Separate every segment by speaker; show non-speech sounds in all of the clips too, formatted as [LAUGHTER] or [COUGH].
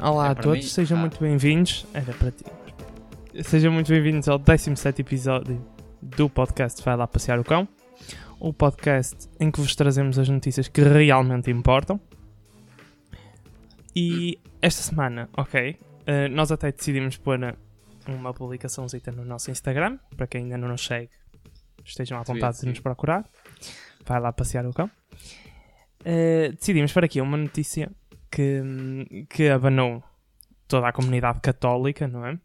Speaker 1: Olá a
Speaker 2: para
Speaker 1: todos,
Speaker 2: mim.
Speaker 1: sejam
Speaker 2: Ah.
Speaker 1: muito bem-vindos. Era para ti. Sejam muito bem-vindos ao 17 episódio do podcast Vai Lá Passear o Cão. O podcast em que vos trazemos as notícias que realmente importam. E esta semana, ok, eh, nós até decidimos pôr eh, uma publicaçãozinha no nosso Instagram. Para quem ainda não nos segue, estejam à
Speaker 2: Devia
Speaker 1: vontade de
Speaker 2: seguir.
Speaker 1: nos procurar. Vai lá passear o cão. Eh, decidimos para aqui uma notícia que, hum, que abanou toda a comunidade católica, não é?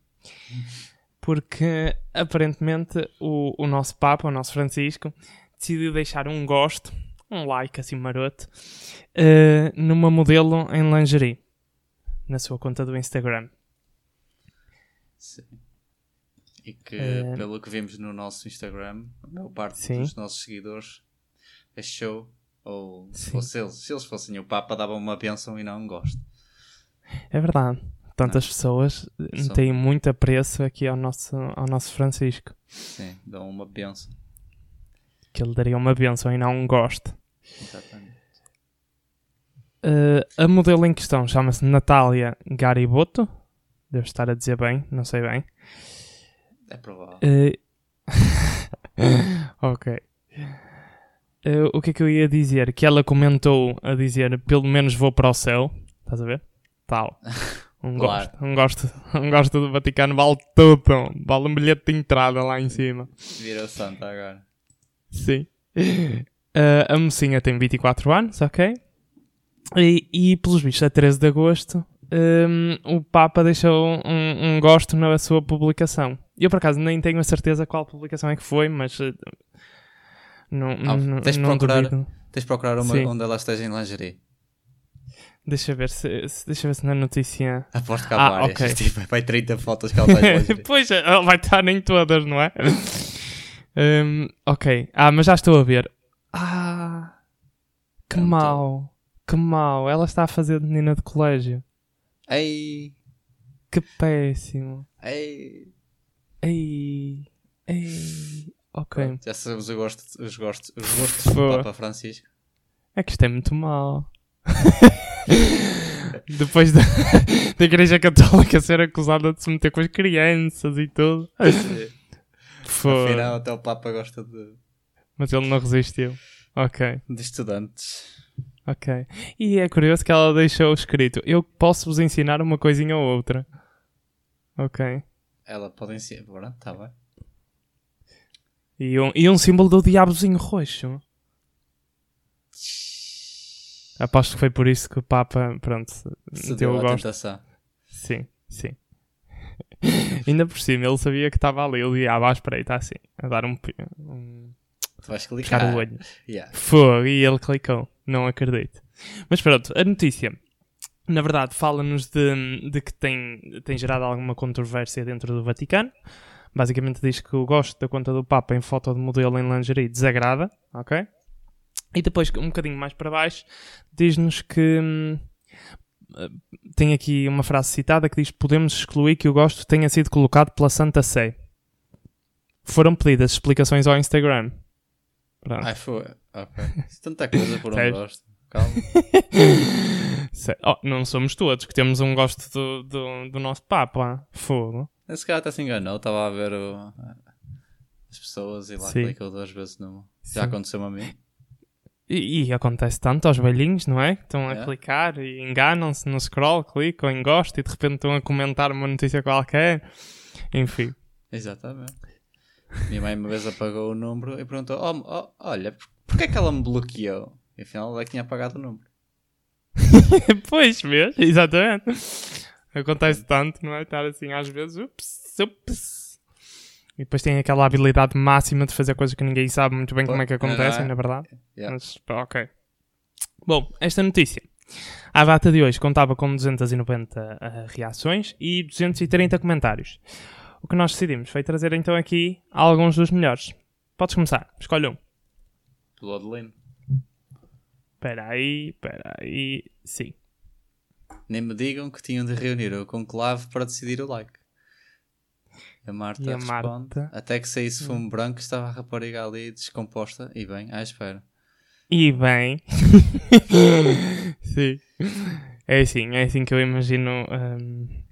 Speaker 1: Porque aparentemente o, o nosso Papa, o nosso Francisco, decidiu deixar um gosto, um like assim maroto, eh, numa modelo em lingerie na sua conta do Instagram.
Speaker 2: Sim. E que,
Speaker 1: Eh,
Speaker 2: pelo que vimos no nosso Instagram, a maior parte
Speaker 1: Sim.
Speaker 2: dos nossos seguidores achou, ou se,
Speaker 1: Sim.
Speaker 2: fosse eles, se eles fossem o Papa, davam uma bênção e não um gosto.
Speaker 1: É verdade. Tantas pessoas eh,
Speaker 2: São-
Speaker 1: têm muito apreço aqui ao nosso, ao nosso Francisco.
Speaker 2: Sim, dão uma bênção.
Speaker 1: Que ele daria uma benção e não um gosto.
Speaker 2: Exatamente.
Speaker 1: Eh, a modelo em questão chama-se Natália Gariboto. Devo estar a dizer bem, não sei bem.
Speaker 2: É provável.
Speaker 1: Eh, [LAUGHS] ok. Eh, o que é que eu ia dizer? Que ela comentou a dizer: pelo menos vou para o céu. Estás a ver? Tal. Um
Speaker 2: Claro.
Speaker 1: gosto. Um gosto, [LAUGHS] um gosto do Vaticano vale tudo. Vale um bilhete de entrada lá em cima.
Speaker 2: Virou santa agora.
Speaker 1: Sim. Eh, a mocinha tem 24 anos, ok? E, e, pelos bichos, a 13 de agosto, hum, o Papa deixou um, um gosto na sua publicação. Eu, por acaso, nem tenho a certeza qual publicação é que foi, mas. eh, Não,
Speaker 2: Ah,
Speaker 1: não,
Speaker 2: tens de
Speaker 1: não
Speaker 2: procurar.
Speaker 1: duvido.
Speaker 2: Tens de procurar uma
Speaker 1: Sim.
Speaker 2: onde ela esteja em lingerie.
Speaker 1: Deixa eu ver se, se- deixa eu ver se na notícia.
Speaker 2: Aposto que há
Speaker 1: Ah,
Speaker 2: várias.
Speaker 1: ok.
Speaker 2: [LAUGHS] Tipo, vai 30 fotos que ela está
Speaker 1: [LAUGHS]
Speaker 2: em lingerie.
Speaker 1: pois, ela vai estar em todas, não é? [LAUGHS] Hum, ok. Ah, mas já estou a ver. Ah, que
Speaker 2: Então.
Speaker 1: mau. Que mau. Ela está a fazer de menina de colégio.
Speaker 2: ei,
Speaker 1: Que péssimo.
Speaker 2: ei.
Speaker 1: Ei. Ei. Ok.
Speaker 2: Pronto, já sabemos o gosto, os gostos, os gostos do
Speaker 1: Boa.
Speaker 2: Papa Francisco.
Speaker 1: É que isto é muito mau. [LAUGHS] Depois da, da Igreja Católica ser acusada de se meter com as crianças e tudo. Foi.
Speaker 2: Afinal, até o Papa gosta de,
Speaker 1: Mas ele não resistiu. Ok,
Speaker 2: de estudantes.
Speaker 1: ok. E é curioso que ela deixou escrito: Eu posso vos ensinar uma coisinha ou outra. Ok.
Speaker 2: Ela pode ensinar. Pronto, está bem.
Speaker 1: E um, e um símbolo do diabozinho roxo. Aposto que foi por isso que o Papa, pronto, meteu
Speaker 2: deu
Speaker 1: o
Speaker 2: à
Speaker 1: gosto.
Speaker 2: tentação.
Speaker 1: Sim, sim. [LAUGHS] Ainda por cima, ele sabia que estava ali, ele ia à espreita assim, a dar um, pi- um
Speaker 2: Tu vais
Speaker 1: buscar
Speaker 2: clicar.
Speaker 1: o olho.
Speaker 2: Yeah.
Speaker 1: Fogo, e ele clicou, não acredito. Mas pronto, a notícia, na verdade, fala-nos de, de que tem, tem gerado alguma controvérsia dentro do Vaticano. Basicamente diz que o gosto da conta do Papa em foto de modelo em lingerie desagrada, ok? E depois, um bocadinho mais para baixo, diz-nos que... hum, tem aqui uma frase citada que diz: Podemos excluir que o gosto tenha sido colocado pela Santa Sé. Foram pedidas explicações ao Instagram. Pronto.
Speaker 2: Ai, foi. Ok. Tanta coisa por um
Speaker 1: Sério?
Speaker 2: gosto. Calma.
Speaker 1: Sé- Oh, não somos todos que temos um gosto do, do, do nosso Papa. Fogo.
Speaker 2: Esse cara até se enganou. Estava a ver o- as pessoas e lá
Speaker 1: Sim.
Speaker 2: clicou duas vezes numa. Já
Speaker 1: Sim.
Speaker 2: aconteceu-me a mim.
Speaker 1: E, e acontece tanto aos velhinhos, não é? Que Estão a
Speaker 2: É.
Speaker 1: clicar e enganam-se no scroll, clicam em gosto e de repente estão a comentar uma notícia qualquer. Enfim.
Speaker 2: Exatamente. Minha mãe uma vez apagou o número e perguntou: "Oh, oh, Olha, por- porquê é que ela me bloqueou? E afinal ela é que tinha apagado o número.
Speaker 1: pois mesmo, exatamente. Acontece tanto, não é? Estar assim às vezes, ups, ups. E depois tem aquela habilidade máxima de fazer coisas que ninguém sabe muito bem
Speaker 2: Pô,
Speaker 1: como é que
Speaker 2: é, não é?
Speaker 1: acontecem, na verdade.
Speaker 2: Yeah.
Speaker 1: Mas, pá, ok. Bom, esta notícia. A data de hoje contava com 290 eh, reações e 230 comentários. O que nós decidimos foi trazer então aqui alguns dos melhores. Podes começar, escolhe um.
Speaker 2: Bloodline.
Speaker 1: Espera aí, espera aí. Sim.
Speaker 2: Nem me digam que tinham de reunir o conclave para decidir o like. A Marta
Speaker 1: E a
Speaker 2: responde.
Speaker 1: Marta?
Speaker 2: Até que saísse fumo branco, estava a rapariga ali descomposta e bem, à espera.
Speaker 1: E bem. [LAUGHS] Sim. É assim, é assim que eu imagino. hum,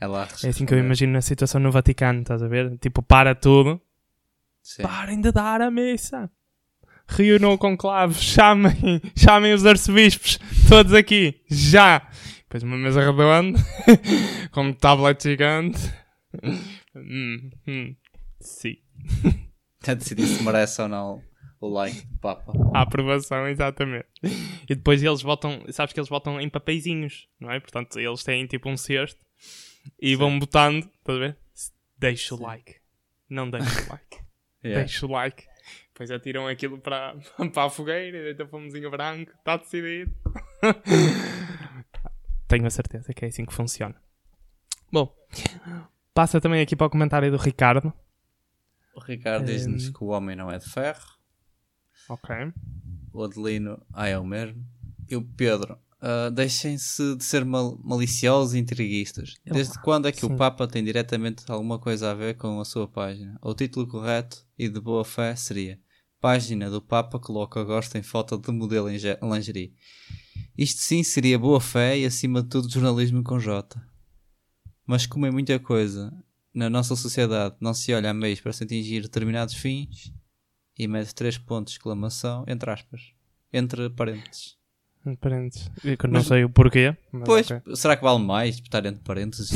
Speaker 2: Ela
Speaker 1: é
Speaker 2: a
Speaker 1: assim que eu
Speaker 2: responder.
Speaker 1: imagino a situação no Vaticano, estás a ver? Tipo, para tudo.
Speaker 2: Sim. [LAUGHS]
Speaker 1: Parem de dar a missa. Reúnam o conclave, chamem, chamem os arcebispos, todos aqui, já. Depois uma mesa redonda, [LAUGHS] com um tablet gigante. Hum, hum, Sim.
Speaker 2: A decidir se merece ou não o like do Papa.
Speaker 1: A aprovação, exatamente. E depois eles votam, sabes que eles votam em papeizinhos, não é? Portanto, eles têm tipo um cesto e vão botando, estás a ver? Deixa o like. Não [LAUGHS] deixa o like.
Speaker 2: Yeah.
Speaker 1: Deixa o like. Depois atiram aquilo para, [LAUGHS] para a fogueira e deitam fumozinho branco. Está decidido. [LAUGHS] Tenho a certeza que é assim que funciona. Bom, passa também aqui para o comentário do Ricardo.
Speaker 2: O
Speaker 1: eh,
Speaker 2: Ricardo diz-nos que o homem não é de ferro.
Speaker 1: Ok.
Speaker 2: O Adelino, ah, é o mesmo. E o Pedro, ah, deixem-se de ser mal- maliciosos e intriguistas. Desde quando é que o Papa tem diretamente alguma coisa a ver com a sua página? O título correto e de boa fé seria Página do Papa coloca gosto em foto de modelo em ge- lingerie. Isto sim seria boa fé e acima de tudo jornalismo com J. Mas como é muita coisa, na nossa sociedade não se olha a meios para se atingir determinados fins, e mete 3 pontos de exclamação, entre aspas, entre parênteses.
Speaker 1: Parentes. Eu que não sei o porquê. mas
Speaker 2: Pois,
Speaker 1: ok.
Speaker 2: será que vale mais botar entre
Speaker 1: [LAUGHS]
Speaker 2: parênteses?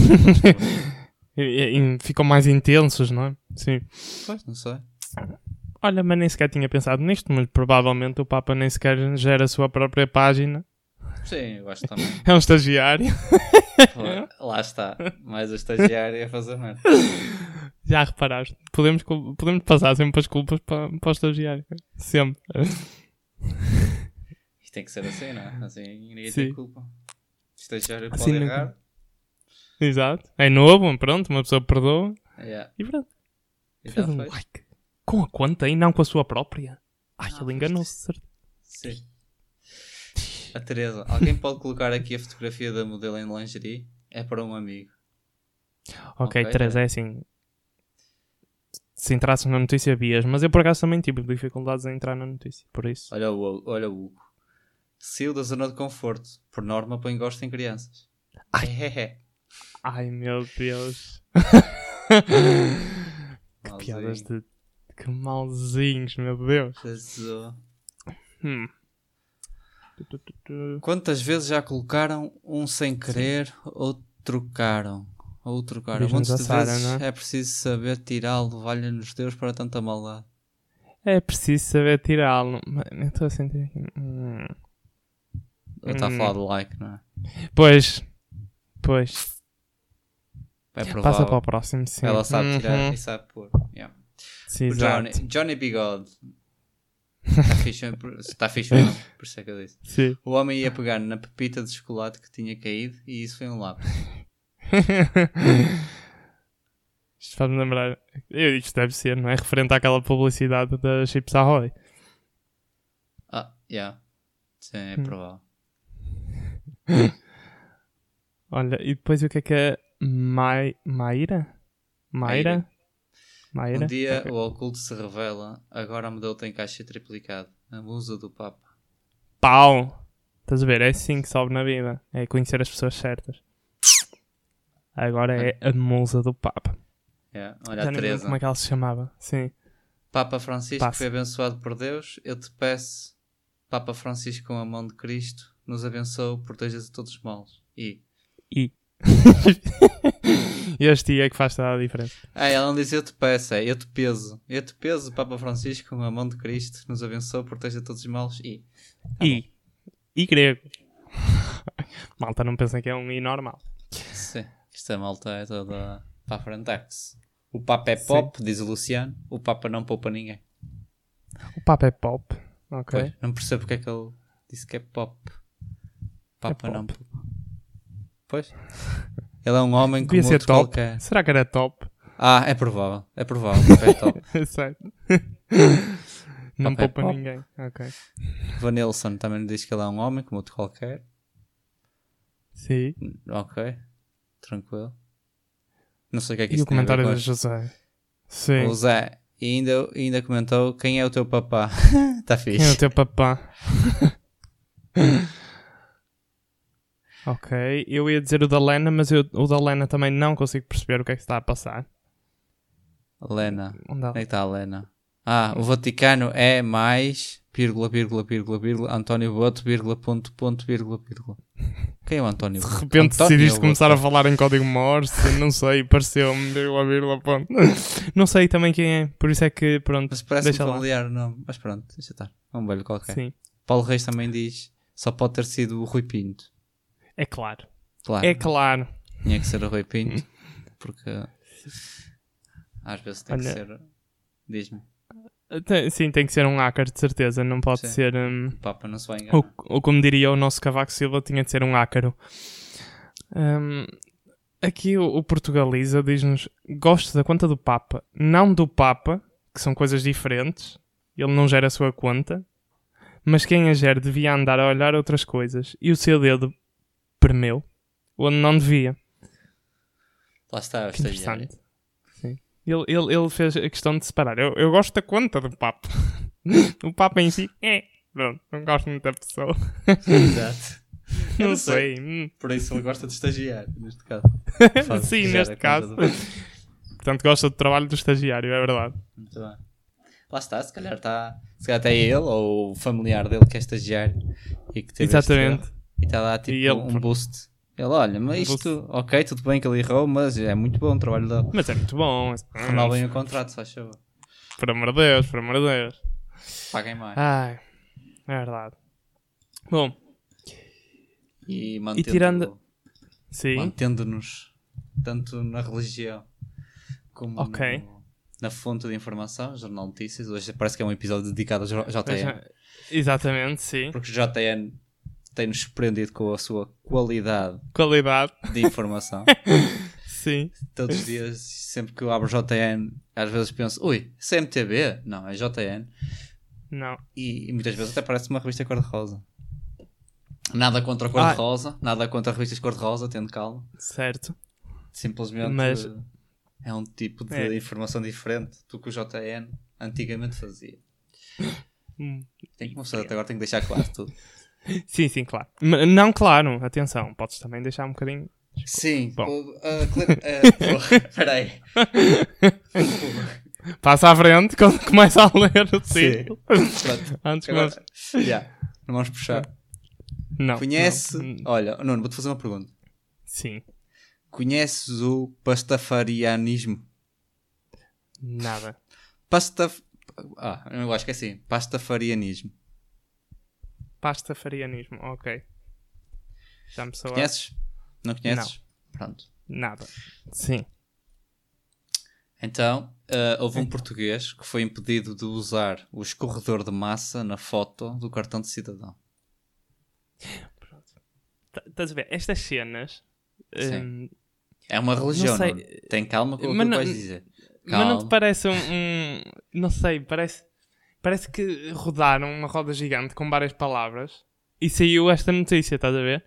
Speaker 1: E- e- e ficam mais intensos, não é? Sim.
Speaker 2: pois, não sei.
Speaker 1: Olha, mas nem sequer tinha pensado nisto, mas provavelmente o Papa nem sequer gera a sua própria página.
Speaker 2: Sim, eu gosto também.
Speaker 1: É um estagiário. [LAUGHS] É?
Speaker 2: Lá está, mais o estagiário a fazer merda.
Speaker 1: Já reparaste? Podemos, cul- podemos passar sempre as culpas para, para o estagiário. Sempre. [LAUGHS]
Speaker 2: Isto tem que ser assim, não é? Assim ninguém
Speaker 1: Sim.
Speaker 2: tem culpa. O estagiário pode
Speaker 1: Assim nunca.
Speaker 2: errar.
Speaker 1: Exato. É novo, pronto, uma pessoa perdoa
Speaker 2: Yeah.
Speaker 1: e pronto.
Speaker 2: E já
Speaker 1: [LAUGHS] Fez um
Speaker 2: foi.
Speaker 1: like. Com a conta e não com a sua própria. Ai,
Speaker 2: Ah,
Speaker 1: ele enganou-se. certo.
Speaker 2: Sim. A Teresa, alguém pode colocar aqui a fotografia da modelo em lingerie? É para um amigo.
Speaker 1: Ok,
Speaker 2: Ok,
Speaker 1: Teresa, é assim. Se entrasses na notícia, vias. Mas eu por acaso também tive dificuldades a entrar na notícia. Por isso.
Speaker 2: Olha o, Hugo- olha o Hugo. Saiu da zona de conforto. Por norma, põe gosto em crianças. [LAUGHS]
Speaker 1: Ai.
Speaker 2: Hehehe.
Speaker 1: Ai, meu Deus. que
Speaker 2: Malzinho.
Speaker 1: piadas de. Que malzinhos, meu Deus.
Speaker 2: Jesus.
Speaker 1: Hum. Tu, tu, tu, tu.
Speaker 2: Quantas vezes já colocaram um sem querer ou trocaram? Ou trocaram.
Speaker 1: Diz-nos
Speaker 2: Muitas
Speaker 1: a Sara,
Speaker 2: vezes
Speaker 1: não
Speaker 2: é? preciso saber tirá-lo. Valha-nos Deus para tanta maldade.
Speaker 1: É preciso saber tirá-lo. Mano, Eu estou a sentir aqui. Hum.
Speaker 2: Ele está
Speaker 1: Hum.
Speaker 2: a falar do like, não é?
Speaker 1: Pois. Pois.
Speaker 2: É provável.
Speaker 1: Passa para o próximo, sim.
Speaker 2: Ela sabe tirar
Speaker 1: Uhum.
Speaker 2: e sabe pôr. Yeah.
Speaker 1: Sim,
Speaker 2: O
Speaker 1: exato.
Speaker 2: Johnny, Johnny Bigode. Está fixe, está fixe ou não?
Speaker 1: [LAUGHS]
Speaker 2: Por isso é que eu disse. [LAUGHS]
Speaker 1: Sim.
Speaker 2: O homem ia pegar na pepita de chocolate que tinha caído e isso foi um lápis.
Speaker 1: Isto faz-me lembrar. Eu, isto deve ser, não é? Referente àquela publicidade da Chips Ahoy.
Speaker 2: Ah, yeah. Sim, é
Speaker 1: Hum.
Speaker 2: provável.
Speaker 1: Olha, e depois o que é que é. Mai... Maíra? Maíra? Maíra?
Speaker 2: Um dia
Speaker 1: Ok.
Speaker 2: o oculto se revela, agora a modelo tem caixa triplicado. A musa do Papa.
Speaker 1: Pau! Estás a ver? É assim que sobe na vida. É conhecer as pessoas certas. Agora é a musa do Papa.
Speaker 2: Yeah.
Speaker 1: Já
Speaker 2: Olha
Speaker 1: nem
Speaker 2: a
Speaker 1: me lembro
Speaker 2: Teresa.
Speaker 1: como é que ela se chamava. Sim.
Speaker 2: Papa Francisco
Speaker 1: Passa.
Speaker 2: foi abençoado por Deus. Eu te peço, Papa Francisco, com a mão de Cristo, nos abençoe, proteja-se de todos os males. E.
Speaker 1: E. este é que faz toda a diferença.
Speaker 2: Ah, ela não diz eu te peço, é eu te peso. Eu te peso, Papa Francisco, com a mão de Cristo, nos abençoe, proteja de todos os males. E.
Speaker 1: e. E grego. [LAUGHS] Malta, não pensem que é um I normal.
Speaker 2: Sim, esta malta é toda para a frente. é-se. O Papa é pop, diz o Luciano. O Papa não poupa ninguém.
Speaker 1: O Papa é pop. Ok.
Speaker 2: Pois, não percebo porque é que ele disse que é pop. Papa
Speaker 1: É
Speaker 2: não poupa. Pois. Ele é um homem como
Speaker 1: Devia ser
Speaker 2: outro
Speaker 1: top.
Speaker 2: qualquer.
Speaker 1: Será que era top? [LAUGHS]
Speaker 2: Ah, é provável. É provável. o Papa é top. [LAUGHS]
Speaker 1: Sério. Não
Speaker 2: Papa é
Speaker 1: poupa
Speaker 2: pop.
Speaker 1: ninguém. Ok.
Speaker 2: Vanilson também diz que ele é um homem como outro qualquer.
Speaker 1: Sim.
Speaker 2: Ok. Tranquilo. Não sei o que é que
Speaker 1: E
Speaker 2: isso
Speaker 1: o comentário
Speaker 2: tem a
Speaker 1: do
Speaker 2: ver com
Speaker 1: José.
Speaker 2: isto.
Speaker 1: Sim.
Speaker 2: O Zé e ainda, e ainda comentou quem é o teu papá. [LAUGHS] Tá Está [LAUGHS]
Speaker 1: Quem é o
Speaker 2: fixe.
Speaker 1: teu papá? Ok, eu ia dizer o da Lena, mas eu, o da Lena também não consigo perceber o que é que está a passar.
Speaker 2: Lena.
Speaker 1: Onde ela-
Speaker 2: Onde é que está a Lena? Ah, o Vaticano é mais, vírgula, vírgula, vírgula, vírgula, António Boto, vírgula, ponto, ponto, vírgula, vírgula. Quem é o António Boto?
Speaker 1: De repente
Speaker 2: António
Speaker 1: decidiste
Speaker 2: Boto.
Speaker 1: começar a falar em código Morse, não sei, pareceu-me, vírgula, vírgula, ponto. [LAUGHS] Não sei também quem é, por isso é que, pronto,
Speaker 2: Mas parece-me
Speaker 1: Deixa lá.
Speaker 2: familiar o nome. Mas pronto, deixa estar. É um velho qualquer.
Speaker 1: sim,
Speaker 2: Paulo Reis também diz, só pode ter sido o Rui Pinto.
Speaker 1: é claro.
Speaker 2: Claro,
Speaker 1: É claro.
Speaker 2: tinha que ser o
Speaker 1: [LAUGHS]
Speaker 2: Rui Pinto, porque às vezes tem que
Speaker 1: Olha.
Speaker 2: ser... Diz-me,
Speaker 1: Tem- Sim, tem que ser um hacker, de certeza, não pode
Speaker 2: Sim.
Speaker 1: ser... hum,
Speaker 2: o Papa não se vai enganar.
Speaker 1: Ou, ou como diria o nosso Cavaco Silva, tinha de ser um ácaro. Hum, aqui o, o Portugaliza diz-nos: gosto da conta do Papa, não do Papa, que são coisas diferentes. Ele não gera a sua conta, mas quem a gera devia andar a olhar outras coisas. E o seu dedo permeu onde não devia.
Speaker 2: Lá está, o
Speaker 1: Que
Speaker 2: estagiário.
Speaker 1: interessante. Sim. Ele, ele, ele fez a questão de separar. Eu, eu gosto da conta do Papa. [LAUGHS] o Papa em si é. Pronto, não gosto muito da pessoa.
Speaker 2: [LAUGHS]
Speaker 1: [LAUGHS]
Speaker 2: Exato. Eu
Speaker 1: Não sei. hum.
Speaker 2: Por isso ele gosta de estagiar, neste
Speaker 1: [LAUGHS]
Speaker 2: caso. Faz
Speaker 1: Sim,
Speaker 2: estagiar
Speaker 1: neste
Speaker 2: a conta
Speaker 1: caso.
Speaker 2: do-
Speaker 1: Portanto, gosta do trabalho do estagiário, é verdade.
Speaker 2: Muito bem. Lá está, se calhar está. Se calhar até ele ou o familiar dele que é estagiário e que teve este
Speaker 1: Exatamente.
Speaker 2: erro. E está a dar tipo
Speaker 1: E ele-
Speaker 2: um boost. Ele olha, mas
Speaker 1: Um
Speaker 2: isto, ok, tudo bem que ele errou, mas é muito bom o trabalho dele.
Speaker 1: Mas é muito bom.
Speaker 2: Renovem o contrato, se faz favor.
Speaker 1: Por amor de Deus, por amor de Deus.
Speaker 2: Paguem mais.
Speaker 1: Ai, é verdade. Bom,
Speaker 2: E, mantendo,
Speaker 1: tirando- sim.
Speaker 2: mantendo-nos tanto na religião como
Speaker 1: Ok.
Speaker 2: no- na fonte de informação, Jornal de Notícias. Hoje parece que é um episódio dedicado ao J-
Speaker 1: Mas
Speaker 2: JN.
Speaker 1: já- Exatamente, sim.
Speaker 2: Porque o JN tem-nos surpreendido com a sua qualidade
Speaker 1: Qualidade, [LAUGHS]
Speaker 2: de informação.
Speaker 1: sim.
Speaker 2: todos os dias, sempre que eu abro JN, às vezes penso, ui, CMTB? Não, é JN.
Speaker 1: Não.
Speaker 2: E, e muitas vezes até parece uma revista cor-de-rosa. Nada contra
Speaker 1: Ah.
Speaker 2: a cor-de-rosa, nada contra revistas cor-de-rosa, tendo calma.
Speaker 1: Certo.
Speaker 2: Simplesmente
Speaker 1: Mas-
Speaker 2: é um tipo de
Speaker 1: É.
Speaker 2: informação diferente do que o JN antigamente fazia.
Speaker 1: Hum.
Speaker 2: Tem que começar, até agora tenho que deixar claro
Speaker 1: [LAUGHS]
Speaker 2: tudo.
Speaker 1: Sim, sim, claro. M- não, claro, atenção. Podes também deixar um bocadinho.
Speaker 2: Sim,
Speaker 1: Bom.
Speaker 2: o- a Cle-
Speaker 1: [LAUGHS]
Speaker 2: eh, porra, peraí.
Speaker 1: Passa à frente quando [LAUGHS] começa a ler o título.
Speaker 2: Pronto,
Speaker 1: Antes que nós-
Speaker 2: agora, já, não vamos puxar.
Speaker 1: Não.
Speaker 2: Conhece.
Speaker 1: não.
Speaker 2: Olha, Nuno, vou-te fazer uma pergunta.
Speaker 1: Sim.
Speaker 2: Conheces o pastafarianismo?
Speaker 1: Nada.
Speaker 2: Pastaf... Ah, eu acho que é assim. Pastafarianismo.
Speaker 1: Pastafarianismo, ok. Já me soa.
Speaker 2: Conheces? Não conheces? Pronto.
Speaker 1: Nada. Sim.
Speaker 2: Então, ah, houve um português que foi impedido de usar o escorredor de massa na foto do cartão de cidadão.
Speaker 1: Tá- Estás a ver? Estas cenas.
Speaker 2: Sim.
Speaker 1: hum,
Speaker 2: É uma religião,
Speaker 1: sei.
Speaker 2: Nuno. Tem calma com o que
Speaker 1: Mas
Speaker 2: tu
Speaker 1: não-
Speaker 2: vais dizer.
Speaker 1: mas não te
Speaker 2: Calma.
Speaker 1: parece um, um- Não sei, parece. Parece que rodaram uma roda gigante com várias palavras e saiu esta notícia, estás a ver?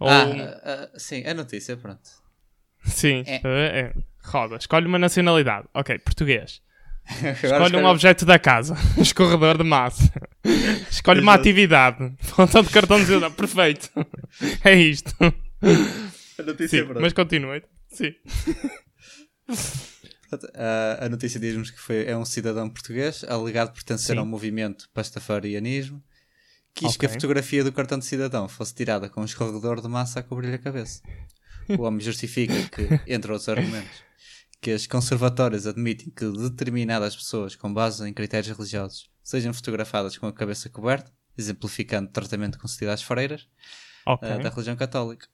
Speaker 1: Ou- um-
Speaker 2: Ah, ah, ah, sim, é notícia, pronto.
Speaker 1: sim,
Speaker 2: é.
Speaker 1: estás a ver? É. roda. Escolhe uma nacionalidade. Ok, português.
Speaker 2: Agora
Speaker 1: Escolhe um
Speaker 2: espera-
Speaker 1: objeto da casa. [LAUGHS] Escorredor de massa. Escolhe uma
Speaker 2: Exato.
Speaker 1: atividade. [LAUGHS] Fontão de cartão de cidadão. Perfeito. [LAUGHS] É isto.
Speaker 2: a notícia, é
Speaker 1: Sim,
Speaker 2: pronto.
Speaker 1: mas continue. Sim.
Speaker 2: Portanto, A, a notícia diz-nos que foi, é um cidadão português alegado pertencer
Speaker 1: Sim.
Speaker 2: ao movimento pastafarianismo quis que a
Speaker 1: Ok.
Speaker 2: fotografia do cartão de cidadão fosse tirada com um escorredor de massa a cobrir-lhe a cabeça. O homem justifica que, entre outros argumentos, que as conservatórias admitem que determinadas pessoas com base em critérios religiosos sejam fotografadas com a cabeça coberta, exemplificando o tratamento concedido às freiras,
Speaker 1: Ok.
Speaker 2: eh, da religião católica.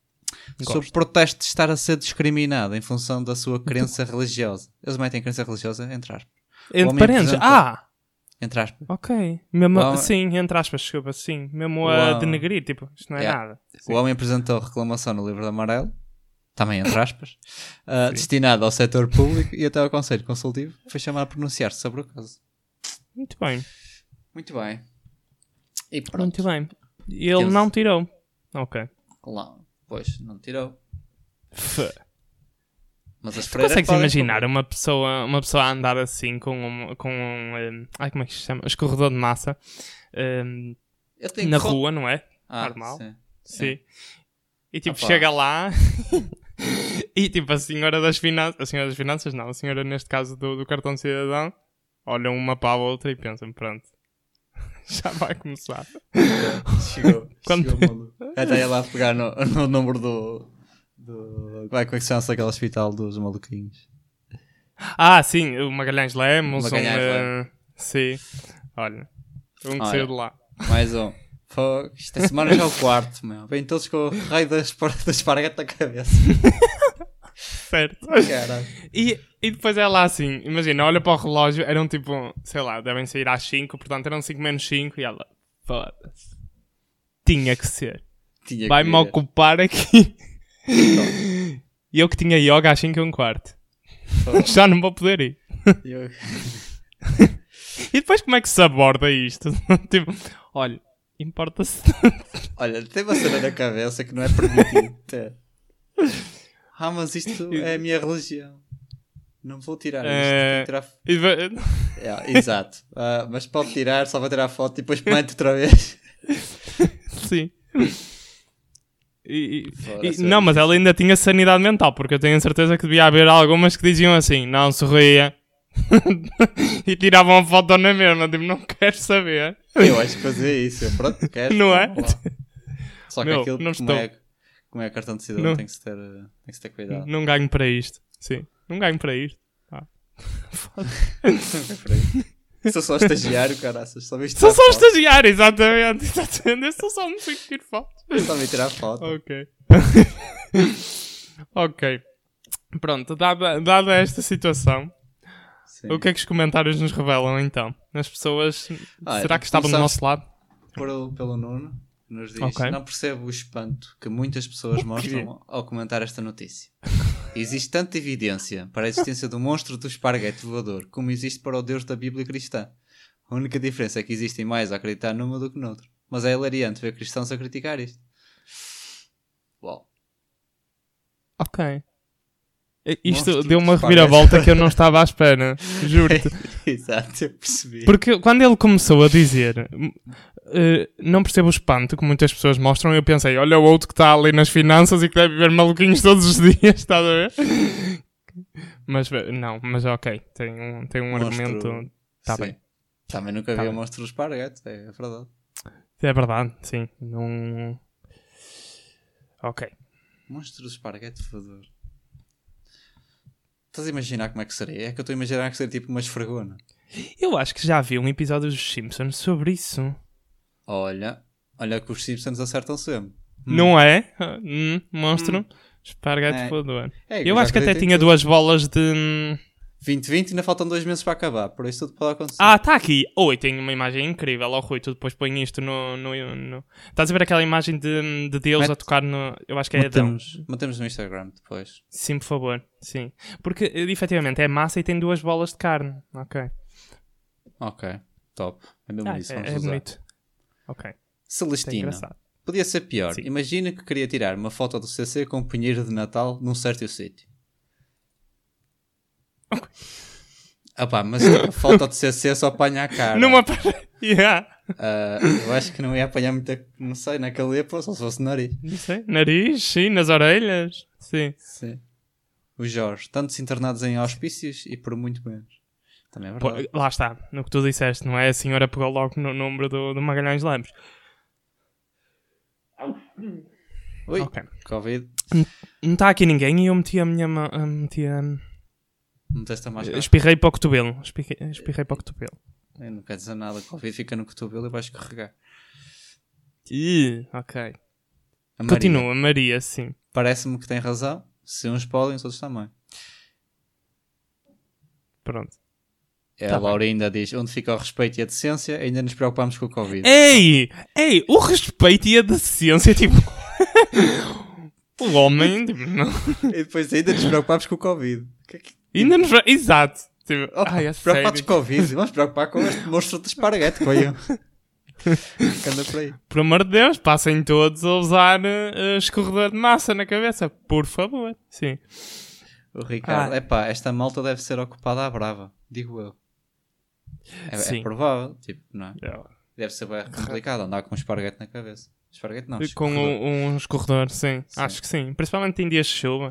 Speaker 1: Gosto.
Speaker 2: Sob protesto de estar a ser discriminado em função da sua crença religiosa. Eles metem crença religiosa, entre aspas. O
Speaker 1: Entre
Speaker 2: homem
Speaker 1: parênteses.
Speaker 2: apresenta-
Speaker 1: Ah!
Speaker 2: Entre aspas.
Speaker 1: Ok. Mesmo,
Speaker 2: Uau.
Speaker 1: Sim, entre aspas, desculpa, sim. Mesmo
Speaker 2: Uau.
Speaker 1: a denegrir, tipo, isto não é
Speaker 2: Yeah.
Speaker 1: nada.
Speaker 2: O homem apresentou reclamação no livro de amarelo, também entre
Speaker 1: [LAUGHS]
Speaker 2: aspas, ah, destinado ao setor público e até ao Conselho Consultivo, foi chamado a pronunciar-se sobre o caso.
Speaker 1: Muito bem,
Speaker 2: Muito bem. E pronto.
Speaker 1: muito bem. E
Speaker 2: Eles-
Speaker 1: Ele não tirou. Ok.
Speaker 2: Lá, pois, não tirou.
Speaker 1: Tu
Speaker 2: Mas as freiras
Speaker 1: consegues
Speaker 2: podem-
Speaker 1: imaginar uma pessoa, uma pessoa a andar assim com um. Com um eh, ai, como é que se chama? Escorredor de massa. eh,
Speaker 2: Eu tenho
Speaker 1: na
Speaker 2: que-
Speaker 1: rua, não é?
Speaker 2: Ah,
Speaker 1: normal.
Speaker 2: sim.
Speaker 1: Sim. É. E tipo,
Speaker 2: Opa.
Speaker 1: chega lá [LAUGHS] e tipo, a senhora das finanças, a senhora das finanças não, a senhora neste caso do, do cartão de cidadão, olha uma para a outra e pensam, pronto, [LAUGHS] já vai começar.
Speaker 2: Chegou.
Speaker 1: [LAUGHS] Quando-
Speaker 2: Chegou o maluco. Até ia lá pegar no, no número do. do vai, como é que chama-se aquele hospital dos maluquinhos?
Speaker 1: Ah, sim, o Magalhães Lemos,
Speaker 2: Magalhães
Speaker 1: um, eh,
Speaker 2: Lemos.
Speaker 1: sim, olha, um que
Speaker 2: Olha.
Speaker 1: saiu de lá.
Speaker 2: Mais um. Fogo, Esta semana já é o quarto, meu. Vêm todos com o raio da espar- da esparguete na cabeça.
Speaker 1: Certo. [LAUGHS]
Speaker 2: Caralho.
Speaker 1: E, e depois é lá assim, imagina, olha para o relógio, eram tipo, sei lá, devem sair às 5, portanto eram 5 menos 5 e ela, foda-se. Tinha que ser.
Speaker 2: Tinha que
Speaker 1: Vai-me
Speaker 2: ir.
Speaker 1: ocupar aqui. E eu que tinha yoga às 5 e um quarto.
Speaker 2: Fogo.
Speaker 1: Já não vou poder ir.
Speaker 2: Eu-
Speaker 1: E depois como é que se aborda isto? [LAUGHS] tipo, olha, importa-se.
Speaker 2: Olha, tem uma cena na cabeça que não é permitido ter. Ah, mas isto é a minha religião. Não vou tirar isto.
Speaker 1: É.
Speaker 2: tenho que tirar-
Speaker 1: E ve-
Speaker 2: É, exato. Ah, mas pode tirar, só vou tirar a foto e depois mete outra vez.
Speaker 1: Sim. E- e-
Speaker 2: Fora,
Speaker 1: e-
Speaker 2: sério.
Speaker 1: não, mas ela ainda tinha sanidade mental, porque eu tenho a certeza que devia haver algumas que diziam assim: não sorria. [LAUGHS] e tiravam a foto na mesma, tipo, não quero saber.
Speaker 2: Eu acho que fazia isso. Eu, pronto, queres?
Speaker 1: Não é?
Speaker 2: Vamos lá. Só que
Speaker 1: Meu,
Speaker 2: aquilo,
Speaker 1: não
Speaker 2: como,
Speaker 1: estou.
Speaker 2: é, como é cartão de cidadão,
Speaker 1: Não. Uhum.
Speaker 2: tem que se ter, eh, tem que se ter [LAUGHS] cuidado.
Speaker 1: Não ganho para isto. Sim, não ganho para isto. Ah.
Speaker 2: É Por aí. Sou só estagiário, caraças. Só viste
Speaker 1: Sou só um estagiário, exatamente. [LAUGHS] exatamente. Eu sou só um que tiro fotos.
Speaker 2: Só me tirar foto.
Speaker 1: Ok. [LAUGHS] ok. Pronto, dada, dada esta situação,
Speaker 2: Sim.
Speaker 1: o que é que os comentários nos revelam então? As pessoas.
Speaker 2: Ah,
Speaker 1: será que estavam do
Speaker 2: começamos-
Speaker 1: nosso lado?
Speaker 2: Pelo, pelo Nuno, que nos diz:
Speaker 1: Ok.
Speaker 2: Não percebo o espanto que muitas pessoas mostram ao comentar esta notícia. Existe tanta evidência para a existência do monstro do esparguete voador como existe para o deus da Bíblia cristã. A única diferença é que existem mais a acreditar numa do que noutra. Mas é hilariante ver cristãos a criticar isto. Uau. [LAUGHS]
Speaker 1: Ok. E- Isto
Speaker 2: Mostra-te
Speaker 1: deu uma
Speaker 2: os
Speaker 1: reviravolta que eu não estava à
Speaker 2: [LAUGHS]
Speaker 1: espera. Juro-te.
Speaker 2: Exato, eu percebi.
Speaker 1: Porque quando ele começou a dizer "Hum, eh, não percebo o espanto que muitas pessoas mostram, eu pensei, olha o outro que está ali nas finanças e que deve ver maluquinhos todos os [LAUGHS] dias, estás a ver? Mas eh, não, mas ok, tem um, tem um
Speaker 2: Monstro-
Speaker 1: argumento. tá
Speaker 2: Sim.
Speaker 1: bem.
Speaker 2: Também nunca
Speaker 1: Tá
Speaker 2: vi o
Speaker 1: bem.
Speaker 2: monstro do esparguete, é verdade.
Speaker 1: É verdade, sim. Não... Ok.
Speaker 2: Monstro do esparguete voador. Estás a imaginar como é que seria? É que eu estou a imaginar que seria tipo uma esfregona.
Speaker 1: Eu acho que já vi um episódio dos Simpsons sobre isso.
Speaker 2: Hum. Olha, olha que os Simpsons acertam sempre.
Speaker 1: Não é? Ah, Hum, monstro. Esparguete
Speaker 2: É.
Speaker 1: voador.
Speaker 2: É,
Speaker 1: Eu
Speaker 2: já
Speaker 1: acho que até
Speaker 2: acredito em
Speaker 1: tinha
Speaker 2: tudo.
Speaker 1: duas bolas de. hum,
Speaker 2: 2020 ainda faltam dois meses para acabar, por isso tudo pode acontecer.
Speaker 1: Ah, tá aqui. Oi, tem uma imagem incrível. Oh, Rui, tu depois põe isto no. no, no- Estás a ver aquela imagem de, de Deus
Speaker 2: Mete-
Speaker 1: a tocar no. Eu acho que é Adão.
Speaker 2: matamos, matamos no Instagram depois.
Speaker 1: Sim, por favor. Sim. Porque, eh, efetivamente, é massa e tem duas bolas de carne. Ok.
Speaker 2: Ok, top. É mesmo
Speaker 1: Ah,
Speaker 2: isso,
Speaker 1: é
Speaker 2: vamos
Speaker 1: é
Speaker 2: usar.
Speaker 1: bonito. Ok. Está
Speaker 2: Celestina,
Speaker 1: engraçado.
Speaker 2: podia ser pior.
Speaker 1: Sim.
Speaker 2: Imagina que queria tirar uma foto do CC com um pinheiro de Natal num certo sítio. Ah pá,
Speaker 1: [LAUGHS]
Speaker 2: mas a foto do CC é só apanha a cara.
Speaker 1: Numa. par- [LAUGHS] yeah.
Speaker 2: Ah, eu acho que não ia apanhar muita. Não sei, na calepa, só se fosse no nariz.
Speaker 1: Não sei. Nariz, sim, nas orelhas. Sim.
Speaker 2: Sim. O Jorge, tantos internados em hospícios e por muito menos. Também é
Speaker 1: Pô,
Speaker 2: verdade.
Speaker 1: lá está, no que tu disseste, não é? A senhora pegou logo no número do, do Magalhães Lemos.
Speaker 2: Ui,
Speaker 1: ok.
Speaker 2: Covid,
Speaker 1: Não está aqui ninguém e eu meti a minha mão. ah, Meti a...
Speaker 2: meteste a máscara.
Speaker 1: Espirrei para o cotovelo. Espirrei, espirrei para o cotovelo.
Speaker 2: Eu Não quer dizer nada, Covid fica no cotovelo e vais escorregar.
Speaker 1: Ih, ok.
Speaker 2: A Maria,
Speaker 1: Continua, Maria, sim.
Speaker 2: Parece-me que tem razão. Se uns podem, os outros também.
Speaker 1: Pronto.
Speaker 2: É,
Speaker 1: Tá
Speaker 2: a Laura ainda diz: onde fica o respeito e a decência, ainda nos preocupamos com o
Speaker 1: É.
Speaker 2: Covid.
Speaker 1: Ei! Ei! O respeito e a decência, tipo. [LAUGHS] o homem. Tipo, não.
Speaker 2: E depois ainda nos preocupamos com o Covid. Que- é que-
Speaker 1: Ainda nos. vai- Exato. Tipo,
Speaker 2: Oh,
Speaker 1: ai, a
Speaker 2: preocupados
Speaker 1: sério.
Speaker 2: com o Covid, vamos preocupar com este monstro de esparguete
Speaker 1: [LAUGHS]
Speaker 2: que veio. que anda por aí.
Speaker 1: Por amor de Deus, passem todos a usar eh, escorredor de massa na cabeça. Por favor. Sim.
Speaker 2: O Ricardo,
Speaker 1: Ah.
Speaker 2: epá, esta malta deve ser ocupada à brava, digo eu. É, é
Speaker 1: Sim.
Speaker 2: provável, tipo, não é?
Speaker 1: Eu-
Speaker 2: Deve ser bem complicado andar com um esparguete na cabeça. Esparguete não.
Speaker 1: Com
Speaker 2: escorredor.
Speaker 1: um, um escorredor, sim.
Speaker 2: Sim.
Speaker 1: Acho que sim. Principalmente em dias de chuva.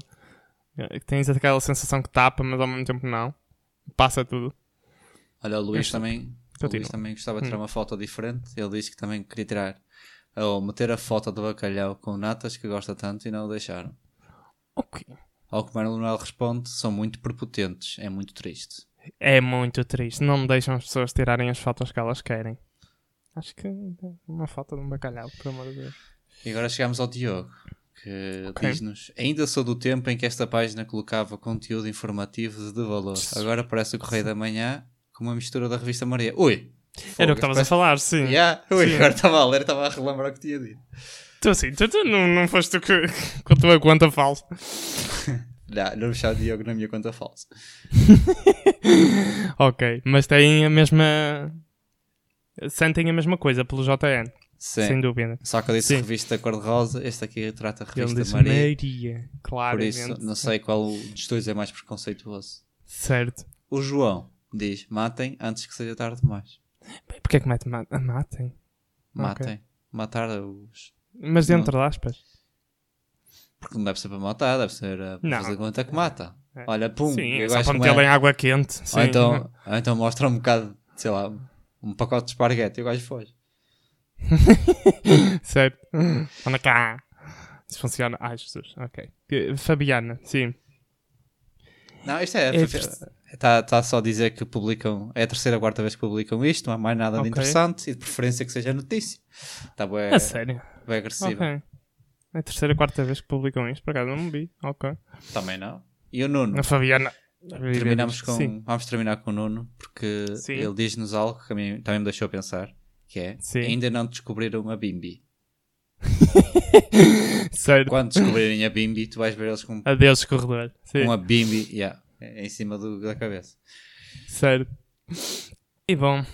Speaker 1: eh, que Tens aquela sensação que tapa, mas ao mesmo tempo não. Passa tudo.
Speaker 2: Olha, o Luís
Speaker 1: Este-
Speaker 2: também, o
Speaker 1: Continua. Hum.
Speaker 2: Luís também gostava de tirar uma foto diferente. Ele disse que também queria tirar ou meter a foto do bacalhau com natas que gosta tanto e não o deixaram.
Speaker 1: Ok.
Speaker 2: Ao que Manuel Noel responde, são muito prepotentes, é muito triste.
Speaker 1: É muito triste. Não deixam as pessoas tirarem as fotos que elas querem. Acho que é uma foto de um bacalhau, pelo amor de Deus.
Speaker 2: E agora chegamos ao Diogo, que
Speaker 1: Ok.
Speaker 2: diz-nos: Ainda sou do tempo em que esta página colocava conteúdo informativo de valor. Agora parece o Correio da Manhã com uma mistura da revista Maria. Ui!
Speaker 1: Era o que estavas a falar, sim.
Speaker 2: Yeah, ui,
Speaker 1: Sim.
Speaker 2: agora estava a ler, estava a relembrar o que tinha dito.
Speaker 1: Tu assim, tu, tu não, não foste tu que, [LAUGHS] com a tua conta falsa.
Speaker 2: Não, não deixar o Diogo na minha conta falsa.
Speaker 1: Ok, mas têm a mesma. Sentem a mesma coisa pelo JN,
Speaker 2: Sim.
Speaker 1: sem dúvida.
Speaker 2: Só que eu disse
Speaker 1: Sim.
Speaker 2: revista cor-de-rosa, este aqui trata a
Speaker 1: Ele
Speaker 2: revista
Speaker 1: disse
Speaker 2: Maria.
Speaker 1: Maria,
Speaker 2: Por
Speaker 1: claramente.
Speaker 2: isso, não sei qual dos dois é mais preconceituoso.
Speaker 1: Certo.
Speaker 2: O João diz: matem antes que seja tarde demais.
Speaker 1: Bem, Porquê é que mete ma- a matem?
Speaker 2: Matem. Matar os.
Speaker 1: Mas
Speaker 2: Não.
Speaker 1: dentro de aspas.
Speaker 2: Porque não deve ser para matar, deve ser a
Speaker 1: Não.
Speaker 2: fazer conta que mata.
Speaker 1: É.
Speaker 2: Olha, pum,
Speaker 1: sim,
Speaker 2: Um, eu
Speaker 1: é só
Speaker 2: gosto
Speaker 1: para
Speaker 2: de
Speaker 1: meter assim.
Speaker 2: comer.
Speaker 1: em água quente. Sim.
Speaker 2: Ou então, ou então mostra um bocado, sei lá, um pacote de esparguete e o gajo foge.
Speaker 1: Certo.
Speaker 2: [LAUGHS]
Speaker 1: Anda cá. Isso funciona. Ai, Jesus. Ok. Que- Fabiana, sim.
Speaker 2: Não, isto é.
Speaker 1: É
Speaker 2: Está só a dizer que publicam. É a terceira ou quarta vez que publicam isto, não há mais nada de
Speaker 1: Ok. É,
Speaker 2: interessante e de preferência que seja notícia. Tá Está bem,
Speaker 1: A sério.
Speaker 2: bem agressivo.
Speaker 1: Ok. É a terceira, quarta vez que publicam isto, por acaso não me vi. Ok.
Speaker 2: Também não. E o Nuno.
Speaker 1: A Fabiana.
Speaker 2: Terminamos com,
Speaker 1: Sim.
Speaker 2: Vamos terminar com o Nuno, porque
Speaker 1: Sim.
Speaker 2: ele diz-nos algo que a mim também me deixou pensar, que é
Speaker 1: Sim.
Speaker 2: ainda não descobriram a Bimbi.
Speaker 1: Certo.
Speaker 2: Quando descobrirem a Bimbi, tu vais ver eles com,
Speaker 1: Adeus, corredor. Sim.
Speaker 2: com a Bimbi yeah, em cima do- da cabeça.
Speaker 1: Certo. E bom,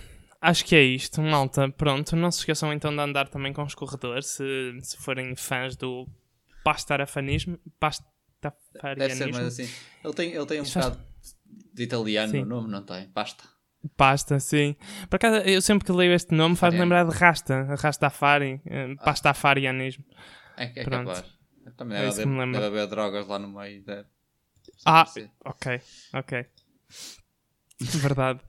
Speaker 1: acho que é isto, malta. Pronto, não se esqueçam então de andar também com os corredores, se, se forem fãs do pastarafanismo.
Speaker 2: Deve ser, mas
Speaker 1: Pastafarianismo.
Speaker 2: assim. Ele tem, ele tem um
Speaker 1: Isto faz-
Speaker 2: bocado de italiano
Speaker 1: Sim.
Speaker 2: no nome, não tem? Basta.
Speaker 1: Pasta, sim. Por acaso, eu sempre que leio este nome faz-me
Speaker 2: Fariano.
Speaker 1: lembrar de Rasta, Rastafari, eh,
Speaker 2: Ah.
Speaker 1: pastafarianismo.
Speaker 2: É, é
Speaker 1: Pronto.
Speaker 2: capaz. Também
Speaker 1: É
Speaker 2: deve,
Speaker 1: isso que
Speaker 2: haver-
Speaker 1: me lembra.
Speaker 2: deve haver drogas lá no meio da.
Speaker 1: Ah, ok, ok. Verdade.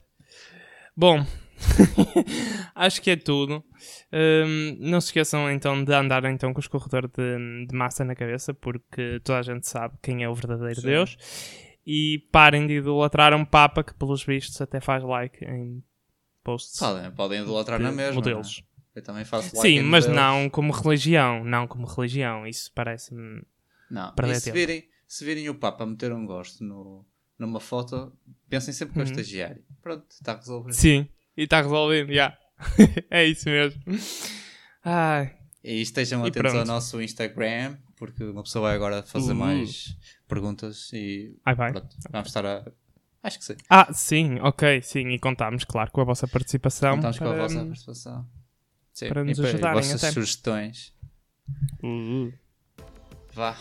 Speaker 1: Bom, [LAUGHS] acho que é tudo. Hum, não se esqueçam então de andar então, com o escorredor de, de massa na cabeça, porque toda a gente sabe quem é o verdadeiro
Speaker 2: Sim.
Speaker 1: Deus. E parem de idolatrar um Papa que, pelos vistos, até faz like em posts.
Speaker 2: Podem, podem idolatrar
Speaker 1: de
Speaker 2: tá na mesma.
Speaker 1: modelos.
Speaker 2: não é? Eu também faço like
Speaker 1: Sim,
Speaker 2: em
Speaker 1: mas
Speaker 2: modelos.
Speaker 1: não como religião. Não como religião. Isso parece-me.
Speaker 2: Não,
Speaker 1: Perder
Speaker 2: e se
Speaker 1: tempo.
Speaker 2: virem, se virem o Papa meter um gosto no, numa foto, pensem sempre que é o
Speaker 1: Uhum.
Speaker 2: estagiário. Pronto, está resolvido.
Speaker 1: Sim, e está resolvido. já [LAUGHS] é isso mesmo. Ai,
Speaker 2: E estejam
Speaker 1: E
Speaker 2: atentos ao
Speaker 1: pronto.
Speaker 2: nosso Instagram, porque uma pessoa vai agora fazer
Speaker 1: Uh.
Speaker 2: mais perguntas e
Speaker 1: ai vai.
Speaker 2: pronto, vamos estar a. Acho que sim.
Speaker 1: Ah, sim, ok, sim. E contámos, claro, com a vossa participação.
Speaker 2: Contamos com a
Speaker 1: para- hum,
Speaker 2: vossa participação. Sim,
Speaker 1: para nos
Speaker 2: e para
Speaker 1: ajudarem
Speaker 2: vossas
Speaker 1: até.
Speaker 2: sugestões.
Speaker 1: Uh,
Speaker 2: Vá,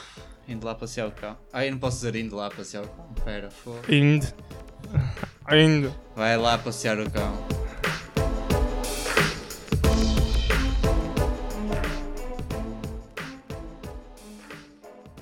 Speaker 2: indo lá passear o cão. Ah, eu não posso dizer indo lá passear o cão. Pera, fogo.
Speaker 1: Hum. [LAUGHS] Indo. Indo.
Speaker 2: Vai lá passear o cão.